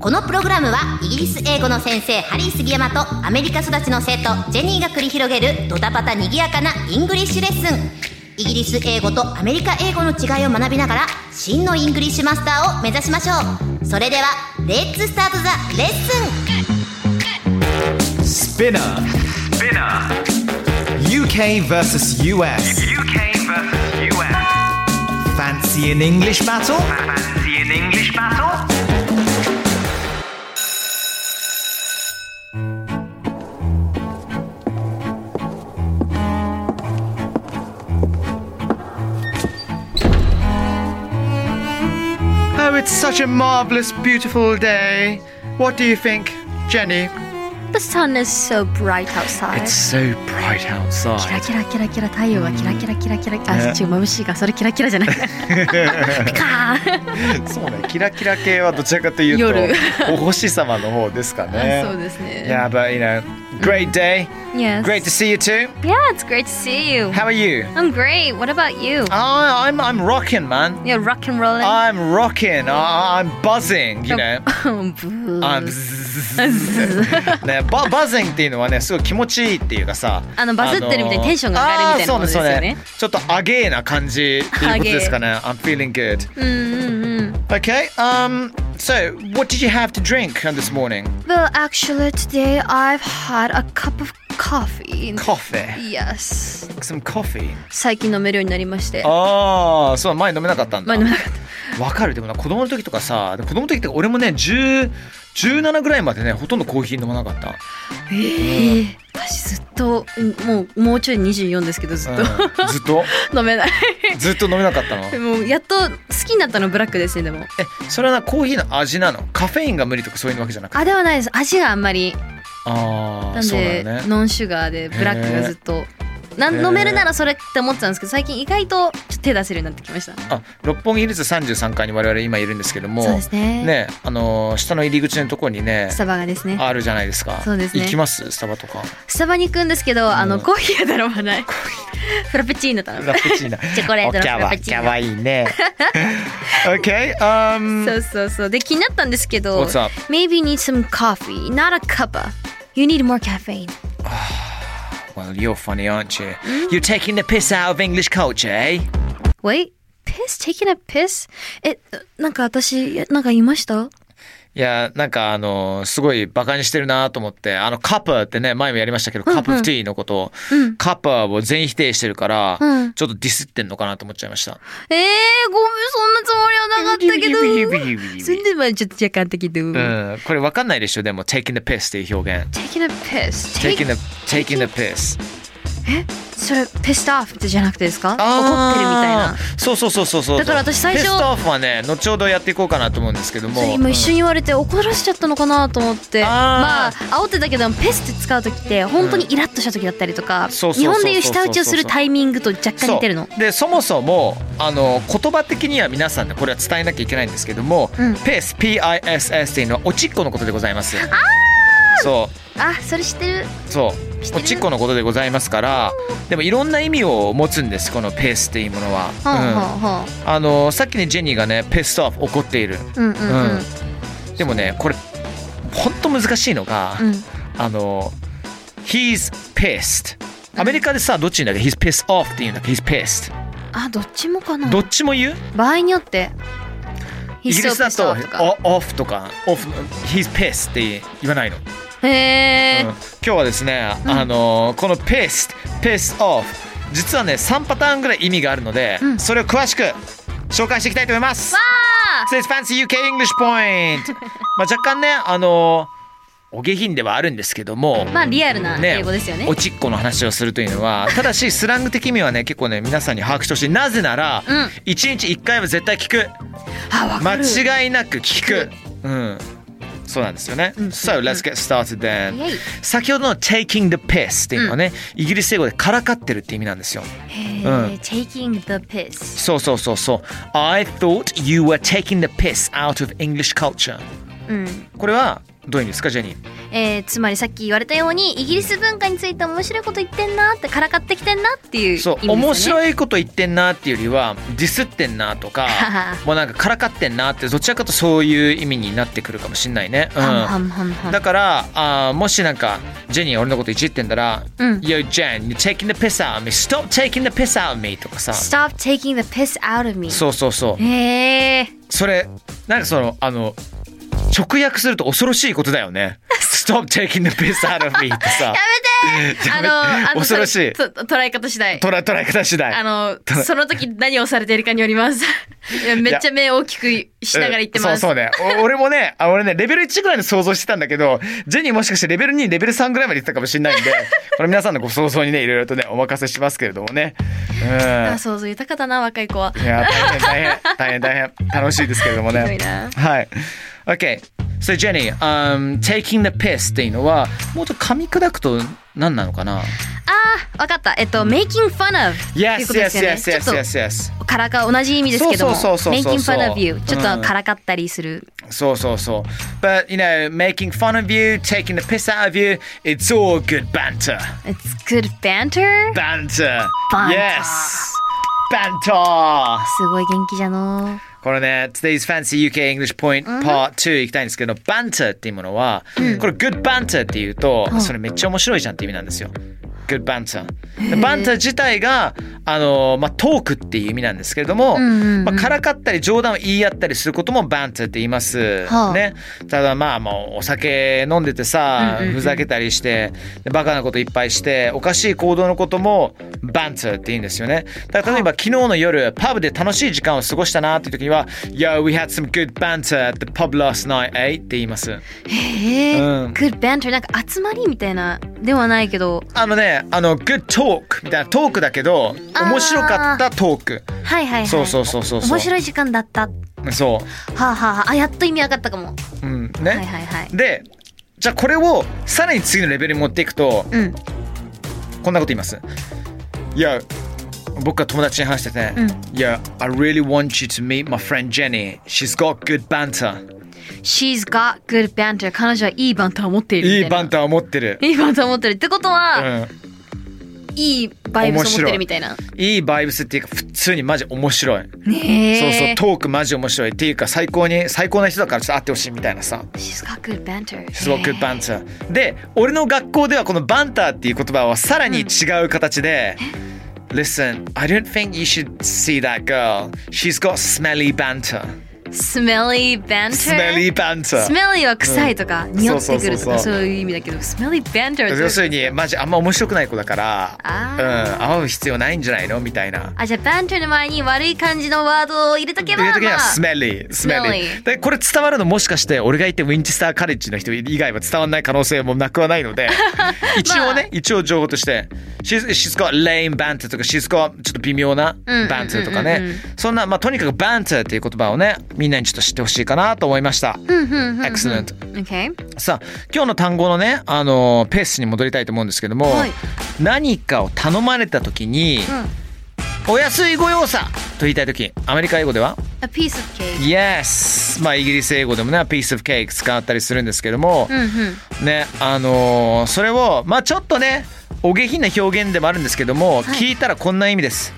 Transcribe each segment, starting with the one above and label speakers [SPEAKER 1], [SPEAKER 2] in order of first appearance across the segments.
[SPEAKER 1] このプログラムはイギリス英語の先生ハリー杉山とアメリカ育ちの生徒ジェニーが繰り広げるドタパタにぎやかなイングリッシュレッスンイギリス英語とアメリカ英語の違いを学びながら真のイングリッシュマスターを目指しましょうそれではレッツスタートザレッスン
[SPEAKER 2] Spinner. Spinner. UK versus US.
[SPEAKER 3] UK versus US.
[SPEAKER 2] Fancy an English battle?
[SPEAKER 3] Fancy an English battle?
[SPEAKER 4] Oh, it's such a marvellous, beautiful day. What do you think, Jenny?
[SPEAKER 5] The sun is so bright outside.
[SPEAKER 6] It's so bright
[SPEAKER 7] キラ
[SPEAKER 6] outside.
[SPEAKER 7] キラキラキラ太陽がキラキラキラキラあ、ちゅう眩しいがそれキラキラじゃ ないピカーン
[SPEAKER 2] そうね、キラキラ系はどちらかというと
[SPEAKER 7] 夜
[SPEAKER 2] お星様の方ですかね。
[SPEAKER 7] そうですね
[SPEAKER 2] Yeah, but you know, great day.
[SPEAKER 5] Yes.
[SPEAKER 2] Great to see you too.
[SPEAKER 5] Yeah, it's great to see you.
[SPEAKER 2] How are you?
[SPEAKER 5] I'm great. What about you?
[SPEAKER 2] Ah, I'm I'm rocking, man.
[SPEAKER 5] You're rock and rolling.
[SPEAKER 2] I'm rocking. Ah, I'm buzzing. You know.
[SPEAKER 5] Boo.
[SPEAKER 2] あ ブ ね、ババンっていうのはねすごい気持ちいいっていうかさ
[SPEAKER 5] あのバズってるみたいにテンションが上がるみたいな
[SPEAKER 2] あーそう
[SPEAKER 5] ものですよね
[SPEAKER 2] そうちょっとアゲーな感じっていうことですかね I'm feeling good
[SPEAKER 5] うんうんうん
[SPEAKER 2] Okay um so what did you have to drink on this morning
[SPEAKER 5] Well, actually, today I've had a cup of coffee.
[SPEAKER 2] coffee
[SPEAKER 5] Yes.
[SPEAKER 2] some coffee
[SPEAKER 5] 最近飲めるようになりまして。
[SPEAKER 2] ああそう前飲めなかったんだ
[SPEAKER 5] まあ、飲めなかっ
[SPEAKER 2] わかるでもな子供の時とかさ子供の時って俺もね10 17ぐらいまでねほとんどコーヒー飲まなかった
[SPEAKER 5] た。ええ私ずっと、もう、もうちょい24ですけど、ずっと、
[SPEAKER 2] うんずっ と
[SPEAKER 5] 飲めない。
[SPEAKER 2] ずっと飲めなかったの
[SPEAKER 5] もう、やっと好きになったのブラックですね、でも。
[SPEAKER 2] えそれはなコーヒーの味なのカフェインが無理とかそういうわけじゃなくて
[SPEAKER 5] あ、ではないです。味があんまり。
[SPEAKER 2] あ
[SPEAKER 5] な
[SPEAKER 2] あ
[SPEAKER 5] ん
[SPEAKER 2] そうだ
[SPEAKER 5] で、
[SPEAKER 2] よね
[SPEAKER 5] ノンシュガーでブラックがずっと。な
[SPEAKER 2] へー
[SPEAKER 5] ん飲めるならそれって思ってたんですけど最近意外とちょっと手出せるようになってきました
[SPEAKER 2] あ六本木ヒルズ33階に我々今いるんですけども
[SPEAKER 7] そうですね
[SPEAKER 2] ねあのー下の入り口のところにね
[SPEAKER 7] スタバがですね
[SPEAKER 2] あるじゃないですか
[SPEAKER 5] そうですね
[SPEAKER 2] 行きますスタバとか
[SPEAKER 5] スタバに行くんですけどあ
[SPEAKER 2] う
[SPEAKER 5] の
[SPEAKER 2] ん
[SPEAKER 5] コーヒーは頼まないフラペチーノ頼む
[SPEAKER 2] ラプチーナ
[SPEAKER 5] チョコレートの
[SPEAKER 2] お
[SPEAKER 5] フ
[SPEAKER 2] キャ
[SPEAKER 5] ラ
[SPEAKER 2] ワ
[SPEAKER 5] ペチー
[SPEAKER 2] か
[SPEAKER 5] ノ
[SPEAKER 2] わいい ね OK um
[SPEAKER 5] そうそうそうで気になったんですけど
[SPEAKER 2] What's up?
[SPEAKER 5] Maybe you need some coffee not a cuppa You need more caffeine
[SPEAKER 2] well you're funny aren't you you're taking the piss out of English culture eh
[SPEAKER 5] Wait piss taking a piss えなんか私なんか言いました
[SPEAKER 2] いやなんかあのすごいバカにしてるなと思ってあのカッパーってね前もやりましたけど、カップフティーのことを、カッパーを全否定してるから、
[SPEAKER 5] うん
[SPEAKER 2] ちょっとディスってんのかなと思っちゃいました。
[SPEAKER 5] えー、ごめんそんなつもりはなかったけど
[SPEAKER 2] ビリビリビリビリ
[SPEAKER 5] それではちょっと若干的どう
[SPEAKER 2] うん、これわかんないでしょでも taking the piss っていう表現。
[SPEAKER 5] Taking a piss.
[SPEAKER 2] taking the taking the piss
[SPEAKER 5] えそれ pissed off じゃなくてですか怒
[SPEAKER 2] あー
[SPEAKER 5] ってるみたいな。
[SPEAKER 2] そうそうそうそうそう
[SPEAKER 5] だから私最初
[SPEAKER 2] ピストオフはね後ほどやっていこうかなと思うんですけども
[SPEAKER 5] それ今一緒に言われて怒らせちゃったのかなと思って
[SPEAKER 2] あー
[SPEAKER 5] まあ煽ってたけどペスって使う時って本当にイラッとした時だったりとか、
[SPEAKER 2] そうそう
[SPEAKER 5] 日
[SPEAKER 2] そうそう
[SPEAKER 5] 本でいう舌打ちをするタイミングと若干似てるの
[SPEAKER 2] そうでそもそもあの言葉的には皆さんでこれは伝えなきゃいけないんですけども、
[SPEAKER 5] うん
[SPEAKER 2] ペース PISS っていうのはおちっこのことでございますそ
[SPEAKER 5] あそれ知ってる
[SPEAKER 2] うそう
[SPEAKER 5] 知ってる
[SPEAKER 2] おちっこのことでございますからでもいろんな意味を持つんですこのペースっていうものは、
[SPEAKER 5] ほうほ
[SPEAKER 2] うん
[SPEAKER 5] うほ
[SPEAKER 2] あのさっきねジェニーがねペストオフ怒っている、
[SPEAKER 5] ううんうんうん
[SPEAKER 2] でもねこれほんと難しいのが、
[SPEAKER 5] うん
[SPEAKER 2] あの He's pissed アメリカでさどっち言うんだっけ He's pissed off って言うんだっけ He's pissed
[SPEAKER 5] あどっちもかな
[SPEAKER 2] どっちも言う
[SPEAKER 5] 場合によって
[SPEAKER 2] イギリスだと
[SPEAKER 5] He's so pissed off か
[SPEAKER 2] o- off とか off he's pissed って言わないの、
[SPEAKER 5] へ
[SPEAKER 2] うん
[SPEAKER 5] え
[SPEAKER 2] 今日はですね、あのーこの pissed pissed off 実はね3パターンぐらい意味があるので、
[SPEAKER 5] うん
[SPEAKER 2] それを詳しく紹介していきたいと思いますわー This is fancy UK English point まあ若干ねあのーお下品ではあるんですけども、
[SPEAKER 5] まあリアルな英語ですよね
[SPEAKER 2] おちっこの話をするというのはただしスラング的にはね結構ね皆さんに把握してほしいなぜなら、
[SPEAKER 5] うん
[SPEAKER 2] 一1日1回は絶対聞く
[SPEAKER 5] あわかる
[SPEAKER 2] 間違いなく聞く、うん、そうなんですよね。so let's get started then.
[SPEAKER 1] イエイ
[SPEAKER 2] 先ほどの taking the piss っていうのはね、イギリス英語でからかってるって意味なんですよ。
[SPEAKER 5] へ
[SPEAKER 2] うん
[SPEAKER 5] ー taking the piss
[SPEAKER 2] そうそうそうそう。I thought you were taking the piss out of English culture.
[SPEAKER 5] うん
[SPEAKER 2] これはどういう意味ですか、ジェニー。
[SPEAKER 5] えー、つまりさっき言われたようにイギリス文化について面白いこと言ってんなってからかってきてんなっていう意味です
[SPEAKER 2] そ
[SPEAKER 5] よ
[SPEAKER 2] う、
[SPEAKER 5] ね
[SPEAKER 2] 面
[SPEAKER 5] い
[SPEAKER 2] 白いこと言ってんなっていうよりはディスってんなとかもうなんかからかってんなってどちらかとそういう意味になってくるかもしんないね、
[SPEAKER 5] は
[SPEAKER 2] うん
[SPEAKER 5] んはんはん
[SPEAKER 2] だからあーもしなんかジェニーが俺のこといじってんだら「
[SPEAKER 5] うん
[SPEAKER 2] Yo Jen you're taking the piss out of me stop taking the piss out of me」とかさ
[SPEAKER 5] Stop taking the piss out of me
[SPEAKER 2] そうそうそう
[SPEAKER 5] へえ
[SPEAKER 2] それなんかそのあの直訳すると恐ろしいことだよ ね「stop taking the piss out of me」ってさ
[SPEAKER 5] やめてあのあの
[SPEAKER 2] 恐ろしい
[SPEAKER 5] とと捉え方次第
[SPEAKER 2] 捉え捉え方次第
[SPEAKER 5] あのその時何をされているかによりますいやめっちゃ目大きくしながら言ってます、
[SPEAKER 2] うんそうそうね。お 俺もね、あ俺ね、レベル1ぐらいで想像してたんだけど、ジェニーもしかしてレベル2、レベル3ぐらいまで行ってたかもしれないんで、 これ皆さんのご想像にね、いろいろとね、お任せしますけれどもね。うん。
[SPEAKER 5] あ想像豊かだな若い子はい
[SPEAKER 2] や、大変大変、大変大変、楽しいですけれども
[SPEAKER 5] ひどい
[SPEAKER 2] ね。
[SPEAKER 5] な
[SPEAKER 2] はい。OK。So Jenny, um, taking the piss っていうのは、もっと噛み砕くと何なのかな
[SPEAKER 5] あーわかったえっと making fun of っていう
[SPEAKER 2] ?Yes,
[SPEAKER 5] ことで
[SPEAKER 2] yes,
[SPEAKER 5] すよね
[SPEAKER 2] yes,
[SPEAKER 5] ちょ
[SPEAKER 2] yes,
[SPEAKER 5] っと
[SPEAKER 2] yes, yes.
[SPEAKER 5] からか同じ意味ですけども
[SPEAKER 2] そうそうそうそう
[SPEAKER 5] making
[SPEAKER 2] そう
[SPEAKER 5] fun of you
[SPEAKER 2] うん
[SPEAKER 5] ちょっとからかったりする、
[SPEAKER 2] So so so. But you know, making fun of you, taking the piss out of you, it's all good banter.
[SPEAKER 5] It's good banter
[SPEAKER 2] Banter.
[SPEAKER 5] Banter.
[SPEAKER 2] Yes. Banter.
[SPEAKER 5] すごい元気じゃのう
[SPEAKER 2] これね、Today's Fancy UK English Point Part 2行きたいんですけど、banter っていうものは、これ good banter っていうと、それめっちゃ面白いじゃんって意味なんですよ。good banter。banter 自体が、あの、まあ、トークっていう意味なんですけれども、
[SPEAKER 5] うんうんうん
[SPEAKER 2] まあ、からかったり冗談を言い合ったりすることも banter って言います。
[SPEAKER 5] はあ
[SPEAKER 2] ね。ただまあ、もうお酒飲んでてさ、
[SPEAKER 5] うんうんうん
[SPEAKER 2] ふざけたりして、でバカなこといっぱいして、おかしい行動のことも banter って言うんですよね。だから例えば昨日の夜、パブで楽しい時間を過ごしたなっていう時には、Yo, we had some good banter at the pub last night, eh? って言います。
[SPEAKER 5] へえ、
[SPEAKER 2] うん
[SPEAKER 5] good banter なんか集まりみたいなではないけど
[SPEAKER 2] あのね、あの、good talk みたいなトークだけど、
[SPEAKER 5] あー
[SPEAKER 2] 面白かったトーク。
[SPEAKER 5] はいはいはい
[SPEAKER 2] そうそうそうそうそう。
[SPEAKER 5] 面白い時間だったは
[SPEAKER 2] そ
[SPEAKER 5] あ、はあはあ、あやっと意味わかったかも
[SPEAKER 2] う。うん。ね。
[SPEAKER 5] はいはいはい
[SPEAKER 2] で、じゃあこれをさらに次のレベルに持っていくと、
[SPEAKER 5] うん
[SPEAKER 2] こんなこと言います。いや、僕が友達に話してて、
[SPEAKER 5] うん
[SPEAKER 2] いや、I really want you to meet my friend Jenny. She's got good banter.
[SPEAKER 5] She's got good banter 彼女はいいバンターを持っているみた
[SPEAKER 2] い
[SPEAKER 5] い
[SPEAKER 2] いバン
[SPEAKER 5] タ
[SPEAKER 2] ターを持ってる。
[SPEAKER 5] ーいいバンターを持ってるってこと
[SPEAKER 2] う
[SPEAKER 5] は、
[SPEAKER 2] ん、
[SPEAKER 5] いいバイブスを持って
[SPEAKER 2] 面白い
[SPEAKER 5] るみたいない
[SPEAKER 2] いバイブスっていうか普通にマジ面白い、そうそう
[SPEAKER 5] ねえ
[SPEAKER 2] トークマジ面白いっていうか最高に最高な人だからちょっと会ってほしいみたいなさ
[SPEAKER 5] She's got good banter
[SPEAKER 2] すごくバンターで俺の学校ではこのバンターっていう言葉はさらに違う形で、Listen, I don't think you should see that girl. She's got smelly banter.
[SPEAKER 5] Smelly banter
[SPEAKER 2] Smelly banter.
[SPEAKER 5] Smelly は臭いとか、匂ってくる
[SPEAKER 2] そ
[SPEAKER 5] と
[SPEAKER 2] うそうそうそう
[SPEAKER 5] かそういう意味だけど Smelly banter って
[SPEAKER 2] 要するにマジあんま面白くない子だから、
[SPEAKER 5] あ
[SPEAKER 2] うん、会う必要ないんじゃないのみたいな。
[SPEAKER 5] あじゃあバンターの前に悪い感じのワードを入れとけば
[SPEAKER 2] 入れときには
[SPEAKER 5] まあ
[SPEAKER 2] smelly, smelly。
[SPEAKER 5] smelly
[SPEAKER 2] で、これ伝わるのもしかして俺がいてウィンチスターカレッジの人以外は伝わらない可能性もなくはないの で、一応ね、一応情報として、she's, she's got lame banter とか she's got ちょっと微妙な
[SPEAKER 5] うんうん
[SPEAKER 2] banter とか
[SPEAKER 5] うんうん
[SPEAKER 2] ね。そんな、まあとにかく banter っていう言葉をね、みんなにちょっと知ってほしいかなと思いました。Excellent。
[SPEAKER 5] Okay
[SPEAKER 2] さあ、今日の単語のね、あのーペースに戻りたいと思うんですけども、
[SPEAKER 5] はい
[SPEAKER 2] 何かを頼まれた時に、お安いご用さと言いたい時、アメリカ英語では
[SPEAKER 5] A piece of cake
[SPEAKER 2] Yes! まあイギリス英語でもね、piece of cake 使ったりするんですけども、
[SPEAKER 5] うんうん
[SPEAKER 2] ね、あのーそれを、まあちょっとね、お下品な表現でもあるんですけども、
[SPEAKER 5] はい
[SPEAKER 2] 聞いたらこんな意味です。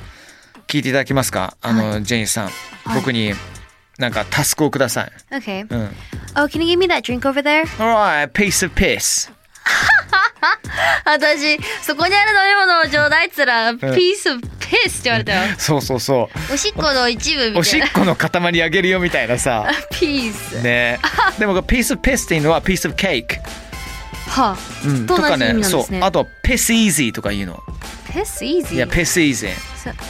[SPEAKER 2] 聞いていただけますかあの、ジェニーさん、
[SPEAKER 5] い
[SPEAKER 2] 僕になんかタスクをください。
[SPEAKER 5] Okay
[SPEAKER 2] うん。
[SPEAKER 5] Oh can you give me that drink over there?
[SPEAKER 2] Alright, piece of piss.
[SPEAKER 5] 私そこにある飲み物をちょうだいっつったら、piece of piss って言われたよ
[SPEAKER 2] そうそうそう。
[SPEAKER 5] おしっこの一部み
[SPEAKER 2] お
[SPEAKER 5] た
[SPEAKER 2] し
[SPEAKER 5] い
[SPEAKER 2] っ
[SPEAKER 5] な
[SPEAKER 2] この塊あげるよみたいなさ
[SPEAKER 5] piece
[SPEAKER 2] ねでもこれ piece of piss っていうのは piece of cake、
[SPEAKER 5] はあ、
[SPEAKER 2] うん、
[SPEAKER 5] と
[SPEAKER 2] と
[SPEAKER 5] 同じ
[SPEAKER 2] か
[SPEAKER 5] 意味なん
[SPEAKER 2] ね
[SPEAKER 5] で
[SPEAKER 2] そう
[SPEAKER 5] すね
[SPEAKER 2] あと piss easy とか言うの
[SPEAKER 5] piss
[SPEAKER 2] い
[SPEAKER 5] easy
[SPEAKER 2] や piss easy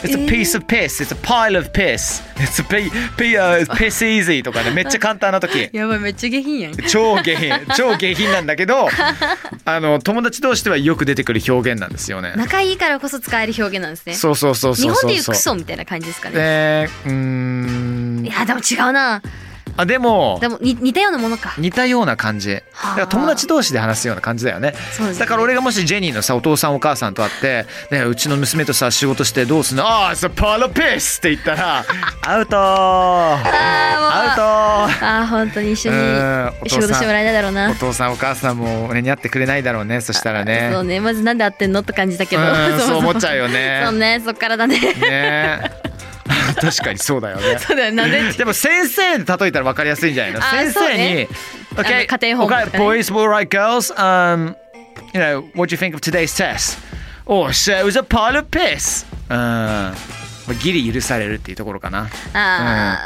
[SPEAKER 2] It's a piece of piss It's a pile of piss It's a p p uh, piss easy とかねめっちゃ簡単な時
[SPEAKER 5] やばいめっちゃ下品や ん
[SPEAKER 2] 超下品超下品なんだけ どあの友達同士ではよく出てくる表現なんですよね
[SPEAKER 5] 仲いいからこそ使える表現なんですね
[SPEAKER 2] そうそうそうそうそう
[SPEAKER 5] 日本でいうク
[SPEAKER 2] そう
[SPEAKER 5] ソみたいな感じですかね
[SPEAKER 2] でうーん
[SPEAKER 5] いやでも違うない
[SPEAKER 2] あでも
[SPEAKER 5] でもに似たようなものか
[SPEAKER 2] 似たような感じだから友達同士で話すような感じだよね
[SPEAKER 5] そうですね
[SPEAKER 2] だから俺がもしジェニーのさお父さんお母さんと会って、ね、うちの娘とさ仕事してどうすんのああさパラピスって言ったら アウトーアウトー
[SPEAKER 5] ああ本当に一緒に
[SPEAKER 2] うんお父さ
[SPEAKER 5] 仕
[SPEAKER 2] ん
[SPEAKER 5] 事してもらえないだろうな
[SPEAKER 2] お父さんお母さんも俺に会ってくれないだろうねそしたらね
[SPEAKER 5] そうねまずなんで会ってんのって感じだ けど
[SPEAKER 2] うん
[SPEAKER 5] も
[SPEAKER 2] そう
[SPEAKER 5] も
[SPEAKER 2] 思っちゃうよね
[SPEAKER 5] そうねそっからだね
[SPEAKER 2] ね 確かにそうだよね
[SPEAKER 5] そうだよなんで
[SPEAKER 2] でも先生で例えたら分かりやすいんじゃないの
[SPEAKER 5] あ
[SPEAKER 2] 先
[SPEAKER 5] そう
[SPEAKER 2] 生
[SPEAKER 5] ね
[SPEAKER 2] に、
[SPEAKER 5] あの家庭訪問
[SPEAKER 2] okay,
[SPEAKER 5] とかね
[SPEAKER 2] boys, all right, girls, um, you know, what do you think of today's test? Oh, so it was a pile of piss. うんまあギリ許されるっていうところかな。
[SPEAKER 5] あ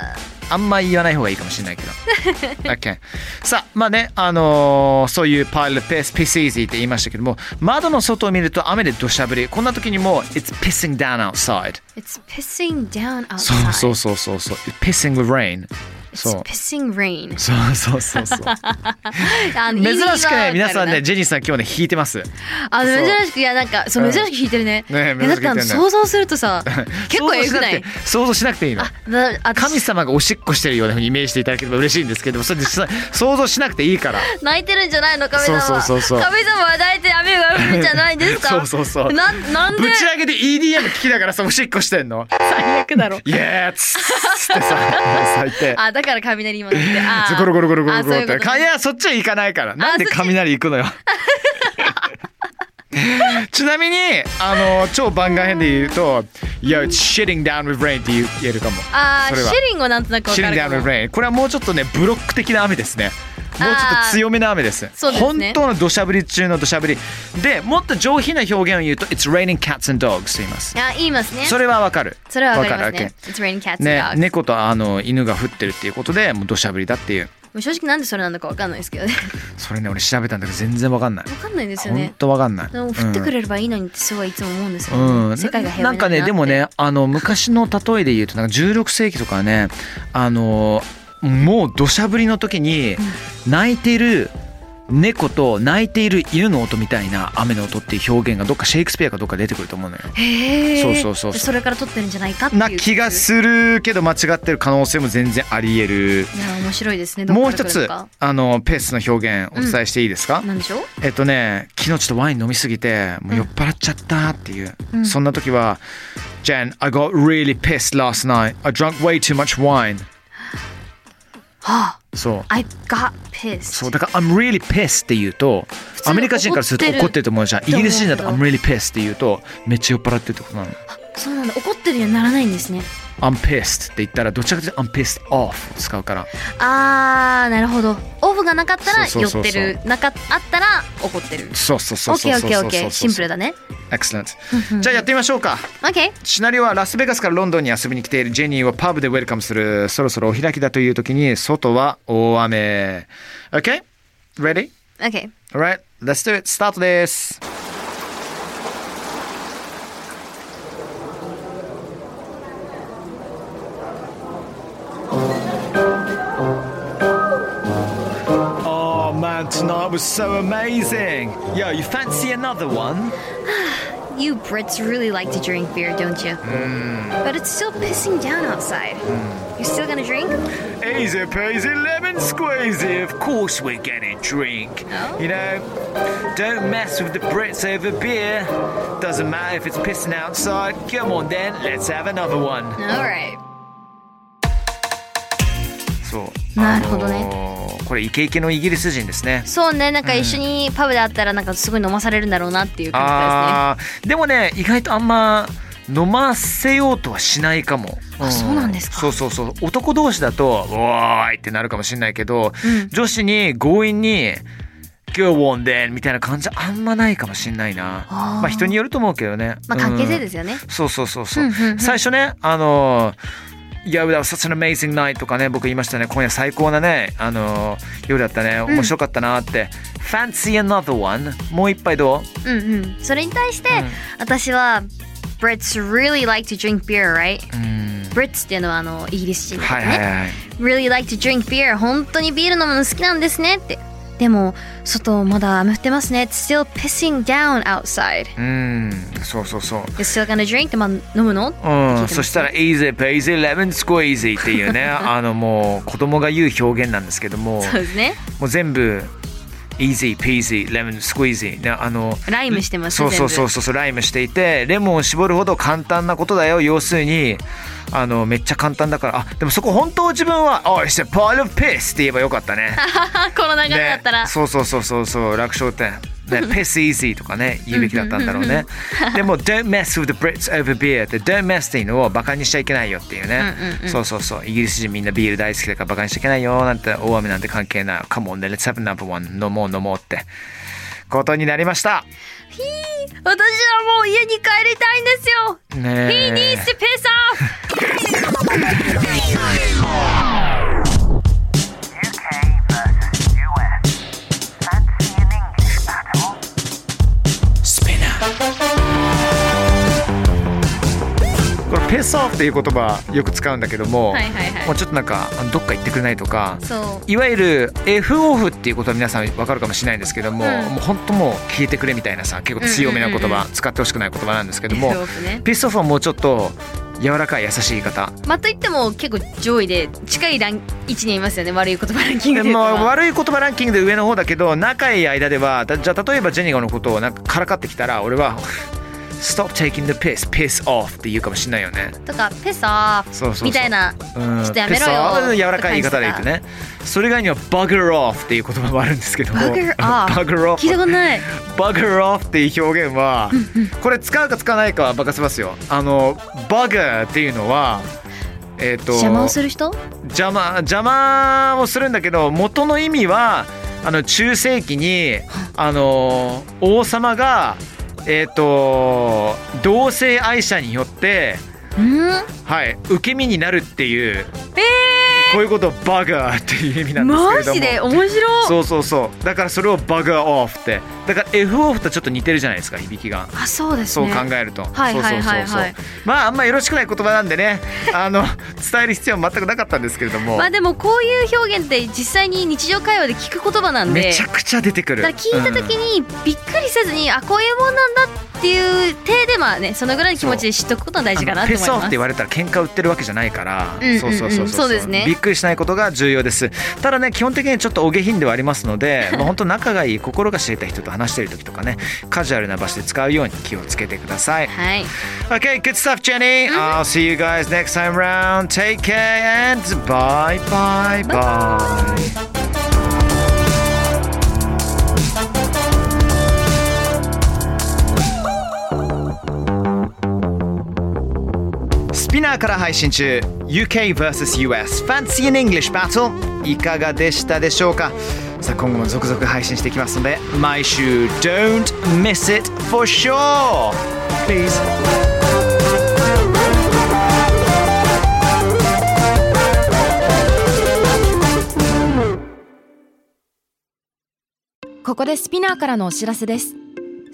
[SPEAKER 2] あんま言わない方がいいかもしれ ないけど。OK。さあ、まあね、あのーそういうパイルペース、ピスイージーって言いましたけども、窓の外を見ると雨で土砂降り。こんな時にもう、It's pissing down outside。
[SPEAKER 5] ー It's pissing down outside
[SPEAKER 2] そうそうそうそうそう。Pissing with rain。
[SPEAKER 5] It's
[SPEAKER 2] そう
[SPEAKER 5] pissing rain
[SPEAKER 2] そうそうそう そう。
[SPEAKER 5] あの
[SPEAKER 2] 珍しくね、
[SPEAKER 5] 意味が
[SPEAKER 2] 皆
[SPEAKER 5] わか
[SPEAKER 2] さ
[SPEAKER 5] るなん
[SPEAKER 2] ね、ジェニーさん今日ね、弾いてます。
[SPEAKER 5] あの珍しくいやなんかそううん珍しく弾いてるね。
[SPEAKER 2] ね
[SPEAKER 5] え
[SPEAKER 2] 珍
[SPEAKER 5] だ
[SPEAKER 2] しく
[SPEAKER 5] って
[SPEAKER 2] 弾いてる
[SPEAKER 5] あの
[SPEAKER 2] ね
[SPEAKER 5] 想像すするとさ 結構えぐない。
[SPEAKER 2] 想像しなくていいの。
[SPEAKER 5] だあ
[SPEAKER 2] 神
[SPEAKER 5] 私
[SPEAKER 2] 様がおしっこしてるようなふうにイメージしていただければ嬉しいんですけども、それ実際想像しなくていいから。
[SPEAKER 5] 泣いてるんじゃないの神様は。
[SPEAKER 2] そうそうそうそう
[SPEAKER 5] 神様は泣いて雨が降るんじゃないです か。
[SPEAKER 2] そうそうそう
[SPEAKER 5] なんなんで
[SPEAKER 2] ぶち上げで EDM 聞きながらさ、おしっこしてんの。
[SPEAKER 5] 最悪だろ。
[SPEAKER 2] イエーっつってさ、 最低。
[SPEAKER 5] あだから雷今ってあー。
[SPEAKER 2] ゴロゴロゴロゴロゴロ
[SPEAKER 5] あ
[SPEAKER 2] っ
[SPEAKER 5] そうい
[SPEAKER 2] て。
[SPEAKER 5] うこと
[SPEAKER 2] かいや、そっちは行かないから。なんで雷行く のよ。ちなみに、あの、超番外編で言うと、いや、it's shitting down with rain って言う言えるかも。
[SPEAKER 5] あー
[SPEAKER 2] それは
[SPEAKER 5] シェリンをなんとなくわ
[SPEAKER 2] シ
[SPEAKER 5] か
[SPEAKER 2] リン
[SPEAKER 5] る
[SPEAKER 2] ダ
[SPEAKER 5] か
[SPEAKER 2] ーの
[SPEAKER 5] も。
[SPEAKER 2] ブレインこれはもうちょっとねブロック的な雨ですねもうちょっと強めな雨です
[SPEAKER 5] そうです
[SPEAKER 2] 本
[SPEAKER 5] ね
[SPEAKER 2] 当の土砂降り中の土砂降りでもっと上品な表現を言うと「It's raining cats and dogs」と言います
[SPEAKER 5] あ言いますね。
[SPEAKER 2] そ
[SPEAKER 5] それ
[SPEAKER 2] れはわかる
[SPEAKER 5] はわかりますね
[SPEAKER 2] わ。
[SPEAKER 5] It's raining
[SPEAKER 2] る
[SPEAKER 5] cats and
[SPEAKER 2] ね
[SPEAKER 5] dogs。
[SPEAKER 2] 猫とあの犬が降ってるっていうことでもう土砂降りだっていう
[SPEAKER 5] もう正直なんでそれなのかわかんないですけ どね。
[SPEAKER 2] それね俺調べたんだけど全然わかんない
[SPEAKER 5] わかんないですよ
[SPEAKER 2] 本
[SPEAKER 5] ね。
[SPEAKER 2] 当わかんない
[SPEAKER 5] でも降って
[SPEAKER 2] うん
[SPEAKER 5] くれればいいのにってすごいいつも思うんですよ
[SPEAKER 2] う
[SPEAKER 5] ね。
[SPEAKER 2] ん、
[SPEAKER 5] 世界が平和
[SPEAKER 2] なん
[SPEAKER 5] にな
[SPEAKER 2] か
[SPEAKER 5] るな
[SPEAKER 2] ね
[SPEAKER 5] って
[SPEAKER 2] でもねあの昔の例えで言うとなんか16世紀とかはねあのもう土砂降りの時に泣いてる猫と泣いている犬の音みたいな雨の音っていう表現がどっかシェイクスピアかどっか出てくると思うのよ。
[SPEAKER 5] へえ。
[SPEAKER 2] そうそうそうそう
[SPEAKER 5] それから撮ってるんじゃないかっていう。
[SPEAKER 2] な気がするけど間違ってる可能性も全然ありえる。
[SPEAKER 5] いや面白いですね。どこ
[SPEAKER 2] もう
[SPEAKER 5] から
[SPEAKER 2] 一
[SPEAKER 5] 来る
[SPEAKER 2] つ
[SPEAKER 5] のか
[SPEAKER 2] あのペースの表現お伝えしていいですか、
[SPEAKER 5] なんでしょう？
[SPEAKER 2] えっとね昨日ちょっとワイン飲みすぎてもう酔っ払っちゃったっていう、そんな時は「Jen I got really pissed last night I drunk way too much wine
[SPEAKER 5] はあ、」
[SPEAKER 2] そう
[SPEAKER 5] I got pissed。
[SPEAKER 2] そうだから「I'm really pissed」って言うと
[SPEAKER 5] 通
[SPEAKER 2] アメリカ人からすると
[SPEAKER 5] 怒ってる
[SPEAKER 2] 怒ってると思うじゃん
[SPEAKER 5] て
[SPEAKER 2] イ
[SPEAKER 5] 思う
[SPEAKER 2] ギ
[SPEAKER 5] け
[SPEAKER 2] リ
[SPEAKER 5] ど
[SPEAKER 2] ス人だと「I'm really pissed」って言うとめっちゃ酔っ払ってるってことなの
[SPEAKER 5] そうなんだ。怒ってるようにならないんですね。
[SPEAKER 2] 「I'm pissed」って言ったらどちらかというと「I'm pissed off」を使うから
[SPEAKER 5] あーなるほど。オフがなかったら
[SPEAKER 2] そう
[SPEAKER 5] 酔
[SPEAKER 2] そうそう
[SPEAKER 5] って
[SPEAKER 2] そう
[SPEAKER 5] る。なかあったら怒ってる。
[SPEAKER 2] そうそう
[SPEAKER 5] オ
[SPEAKER 2] そう
[SPEAKER 5] ッ
[SPEAKER 2] そう
[SPEAKER 5] ケーオ
[SPEAKER 2] そ
[SPEAKER 5] ッ
[SPEAKER 2] う
[SPEAKER 5] ケー
[SPEAKER 2] そうそう
[SPEAKER 5] オッケー。シンプルだね。
[SPEAKER 2] Excellent じゃあやってみましょうか
[SPEAKER 5] オッケー。
[SPEAKER 2] シナリオはラスベガスからロンドンに遊びに来ているジェニーをパブでウェルカムする。そろそろお開きだという時に、外は大雨。OK? Ready?
[SPEAKER 5] オッケー。
[SPEAKER 2] Alright, let's do it. スタートです。Oh man, tonight was so amazing. Yo, you fancy another one?
[SPEAKER 5] You Brits really like to drink beer, don't you? But it's still pissing down outside. You're still gonna drink?
[SPEAKER 2] Easy peasy lemon squeezy. Of course we're gonna drink.
[SPEAKER 5] Oh.
[SPEAKER 2] You know, don't mess with the Brits over beer. Doesn't matter if it's pissing outside. Come on then, let's have another one.
[SPEAKER 5] Alright.
[SPEAKER 2] そう。
[SPEAKER 5] なるほどね
[SPEAKER 2] ね。oh, これイケイケのイギリス人ですね。
[SPEAKER 5] そうね、なんか一緒にパブで会ったらなんかすごい飲まされるんだろうなっていう感
[SPEAKER 2] あーでもね意外とあんま飲ませようとはしないかも、
[SPEAKER 5] あそうなんですか
[SPEAKER 2] そうそうそう男同士だと「おーい!」ってなるかもしれないけど、
[SPEAKER 5] うん
[SPEAKER 2] 女子に強引に「今日ンでみたいな感じあんまないかもしれないな
[SPEAKER 5] あー
[SPEAKER 2] まあ人によると思うけどね、
[SPEAKER 5] じですね。まあ関係性ですすよね。
[SPEAKER 2] うんそうそうそうそう,、
[SPEAKER 5] うんうんうん
[SPEAKER 2] 最初ねあのー Yeah, that was such an amazing night とかね僕言いましたね今夜最高なねあのー夜だったね面白かったなって、Fancy another one もう一杯どう
[SPEAKER 5] うんうん。それに対して、私は Brits really like to drink beer, right?
[SPEAKER 2] うん、
[SPEAKER 5] Brits っていうのはあのイギリス人だ
[SPEAKER 2] は
[SPEAKER 5] か
[SPEAKER 2] い
[SPEAKER 5] ら
[SPEAKER 2] は
[SPEAKER 5] ね。
[SPEAKER 2] いはい。
[SPEAKER 5] really like to drink beer 本当にビール飲むの好きなんですねって でも外まだ雨降ってますね It's still pissing down outside
[SPEAKER 2] うん、そうそうそう
[SPEAKER 5] You're still gonna drink? まあ、飲むのって
[SPEAKER 2] う
[SPEAKER 5] 聞いて
[SPEAKER 2] ん、
[SPEAKER 5] ます
[SPEAKER 2] そしたら「easy peasy lemon squeezy」って いうねあのもう子供が言う表現なんですけども
[SPEAKER 5] そうですね。
[SPEAKER 2] もう全部 easy peasy lemon squeezy ねあの
[SPEAKER 5] ライムしてます
[SPEAKER 2] そうそう
[SPEAKER 5] 全部
[SPEAKER 2] そうそうそうライムしていてレモンを絞るほど簡単なことだよ要するにあのめっちゃ簡単だからあでもそこ本当自分は「oh it's a pile of piss」って言えばよかったね
[SPEAKER 5] あ、この流れだったら。
[SPEAKER 2] ねそうそうそうそうそう楽勝点 ね、piss easy とかね言うべきだったんだろうねでも don't mess with the Brits over beer って don't mess っていうのをバカにしちゃいけないよっていうね、そうそうそうイギリス人みんなビール大好きだからバカにしちゃいけないよなんて大雨なんて関係ない come on let's have number one 飲もう飲もうってことになりました
[SPEAKER 5] 私はもう家に帰りたいんですよ。
[SPEAKER 2] ね
[SPEAKER 5] He
[SPEAKER 2] え
[SPEAKER 5] needs to piss off!
[SPEAKER 3] UK versus US. Fancy an English battle?
[SPEAKER 2] これ piss off っていう言葉よく使うんだけども、
[SPEAKER 5] はいはいはい
[SPEAKER 2] もうちょっとなんかあのどっか行ってくれないとか
[SPEAKER 5] そう。
[SPEAKER 2] いわゆる F オフっていうことは皆さんわかるかもしれないんですけども、
[SPEAKER 5] うん
[SPEAKER 2] もう本当もう消えてくれみたいなさ結構強めな言葉、
[SPEAKER 5] うんうん
[SPEAKER 2] 使ってほしくない言葉なんですけども、
[SPEAKER 5] F off ね
[SPEAKER 2] ピストフはもうちょっと柔らかい優しい言い方
[SPEAKER 5] また言っても結構上位で近いラン位置にいますよね。悪い言葉ランキングで言うと
[SPEAKER 2] まあ悪い言葉ランキングで上の方だけど仲いい間ではだじゃあ例えばジェニガのことをなんかからかってきたら俺は「Stop taking the piss piss off」って言うかもしれないよね。
[SPEAKER 5] とか、piss off!
[SPEAKER 2] そうそうそう
[SPEAKER 5] みたいな。
[SPEAKER 2] うん
[SPEAKER 5] ちょっとやめろよ
[SPEAKER 2] piss off 柔らかい言い方で言ってねそれ以外には「bugger off」っていう言葉もあるんですけども
[SPEAKER 5] Bugger off
[SPEAKER 2] bugger off
[SPEAKER 5] 聞いたことない。
[SPEAKER 2] バグロフっていう表現はこれ使うか使わないかは任せますよあのバグっていうのはえっ、と
[SPEAKER 5] 邪魔をする人
[SPEAKER 2] 邪魔邪魔をするんだけど元の意味はあの中世紀にあの王様がえっ、と同性愛者によって
[SPEAKER 5] うん
[SPEAKER 2] はい受け身になるっていう
[SPEAKER 5] え
[SPEAKER 2] こういうことをバグっていう意味な
[SPEAKER 5] ー、
[SPEAKER 2] んですけれども
[SPEAKER 5] マジで面白い
[SPEAKER 2] そうそうそうだからそれをバグオフってだから F オフとちょっと似てるじゃないですか響きが
[SPEAKER 5] あ、そうです
[SPEAKER 2] そう
[SPEAKER 5] ね。
[SPEAKER 2] 考えると、
[SPEAKER 5] はい
[SPEAKER 2] そうそうそ
[SPEAKER 5] はいうはいはい
[SPEAKER 2] そうまああんまよろしくない言葉なんでねあの伝える必要は全くなかったんですけれども、
[SPEAKER 5] まあでもこういう表現って実際に日常会話で聞く言葉なんで。
[SPEAKER 2] めちゃくちゃ出てくる
[SPEAKER 5] だから聞いた時
[SPEAKER 2] うん
[SPEAKER 5] にびっくりせずに、あこういうもんなんだっていう体でまあねそのぐらいの気持ちで知っとくことが大事かな
[SPEAKER 2] あ
[SPEAKER 5] と
[SPEAKER 2] の
[SPEAKER 5] 思
[SPEAKER 2] ペ
[SPEAKER 5] い
[SPEAKER 2] ソ
[SPEAKER 5] ま
[SPEAKER 2] って
[SPEAKER 5] す
[SPEAKER 2] 言われたら喧嘩売ってるわけじゃないから、
[SPEAKER 5] うんうんうん
[SPEAKER 2] そうそうそう
[SPEAKER 5] そうですね
[SPEAKER 2] びっくりしないことが重要ですただね基本的にちょっとお下品ではありますの でまあ本当仲がいい心が知れた人と話している時とかねカジュアルな場所で使うように気をつけてください
[SPEAKER 5] はい
[SPEAKER 2] Okay good stuff Jenny、I'll see you guys next time round take care and bye bye bye, bye. Spinner から配信中 UK vs.US Fancy in English Battle いかがでしたでしょうかさあ今後も続々配信していきますので毎週 Don't miss it for sure Please
[SPEAKER 7] ここでスピナーからのお知らせです